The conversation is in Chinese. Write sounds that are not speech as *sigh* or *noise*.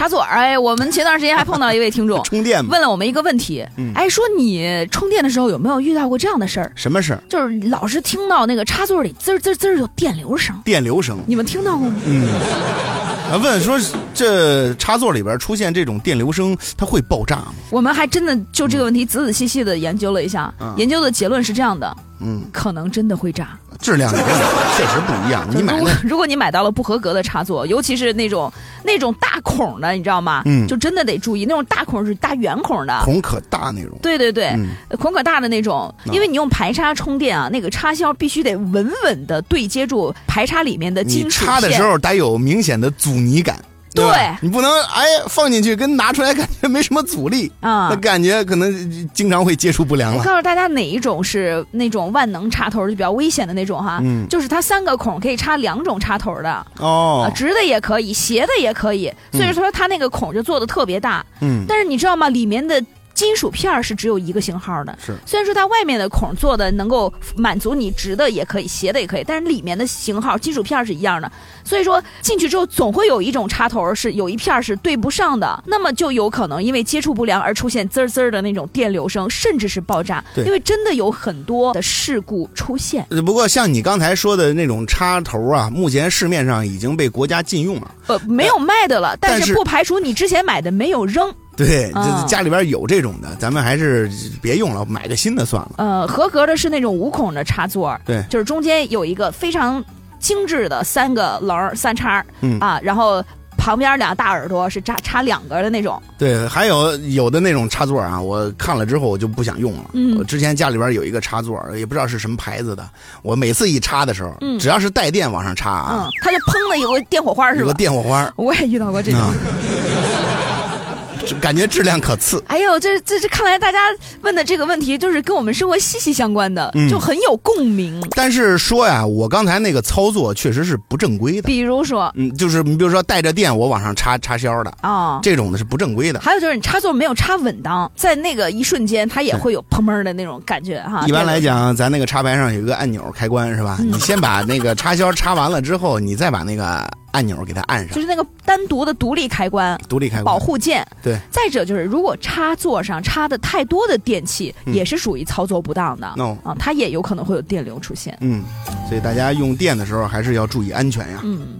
卡索尔，哎，我们前段时间还碰到一位听 *laughs* 众充电嘛问了我们一个问题，嗯哎，说你充电的时候有没有遇到过这样的事儿？什么事儿？就是老是听到那个插座里滋儿滋儿滋儿有电流声，电流声。你们听到过吗？嗯啊，问说这插座里边出现这种电流声，它会爆炸吗？我们还真的就这个问题仔仔细细的研究了一下，嗯研究的结论是这样的，嗯，可能真的会炸。质量也不一样 *laughs* 确实不一样。你买如果那如果你买到了不合格的插座，尤其是那种那种大孔的，你知道吗？嗯就真的得注意，那种大孔是大圆孔的。孔可大那种，对对对，嗯孔可呃大的那种，啊因为你用排插充电啊，那个插销必须得稳稳的对接住排插里面的你金属插的线时，候得有明显的阻尼感。吧对你不能哎放进去跟拿出来感觉没什么阻力啊那感觉可能经常会接触不良我了。告诉大家哪一种是那种万能插头，就比较危险的那种哈，嗯就是它三个孔可以插两种插头的，啊哦，直的也可以，斜的也可以，所以说它那个孔就做的特别大。嗯，但是你知道吗？里面的金属片儿是只有一个型号的，是虽然说它外面的孔做的能够满足你直的也可以，斜的也可以，但是里面的型号金属片儿是一样的，所以说进去之后总会有一种插头是有一片儿是对不上的，那么就有可能因为接触不良而出现滋儿滋儿的那种电流声，甚至是爆炸，对因为真的有很多的事故出现。呃不过像你刚才说的那种插头啊，目前市面上已经被国家禁用了。呃，没有卖的了，但但是是不排除你之前买的没有扔。对，这啊这家里边有这种的，咱们还是别用了，买个新的算了。呃，合格的是那种无孔的插座，对就是中间有一个非常精致的三个棱儿三叉儿，嗯啊，然后旁边俩大耳朵是插插两个的那种，对，还有有的那种插座啊，我看了之后我就不想用了。嗯我之前家里边有一个插座，也不知道是什么牌子的，我每次一插的时候，嗯只要是带电往上插嗯啊，，它就砰的有个电火花是有吧个？电火花儿我也遇到过这种。 *laughs* 啊，这感觉质量可次。哎呦，这这这，看来大家问的这个问题就是跟我们生活息息相关的，嗯就很有共鸣。但是说呀，我刚才那个操作确实是不正规的。比如说嗯，就是你比如说带着电我往上插插销的，啊，这种的是不正规的。还有就是你插座没有插稳当，在那个一瞬间，它也会有砰砰的那种感觉哈。一般啊对嗯来讲，咱那个插排上有一个按钮开关是吧？你先把那个插销插完了之后，你再把那个按钮给它按上就，是那个单独的独立开关，独立开关保。护键。对，再者就是，如果插座上插的太多的电器，嗯也是属于操作不当的。 No 啊，它也有可能会有电流出现。嗯，所以大家用电的时候还是要注意安全呀。嗯。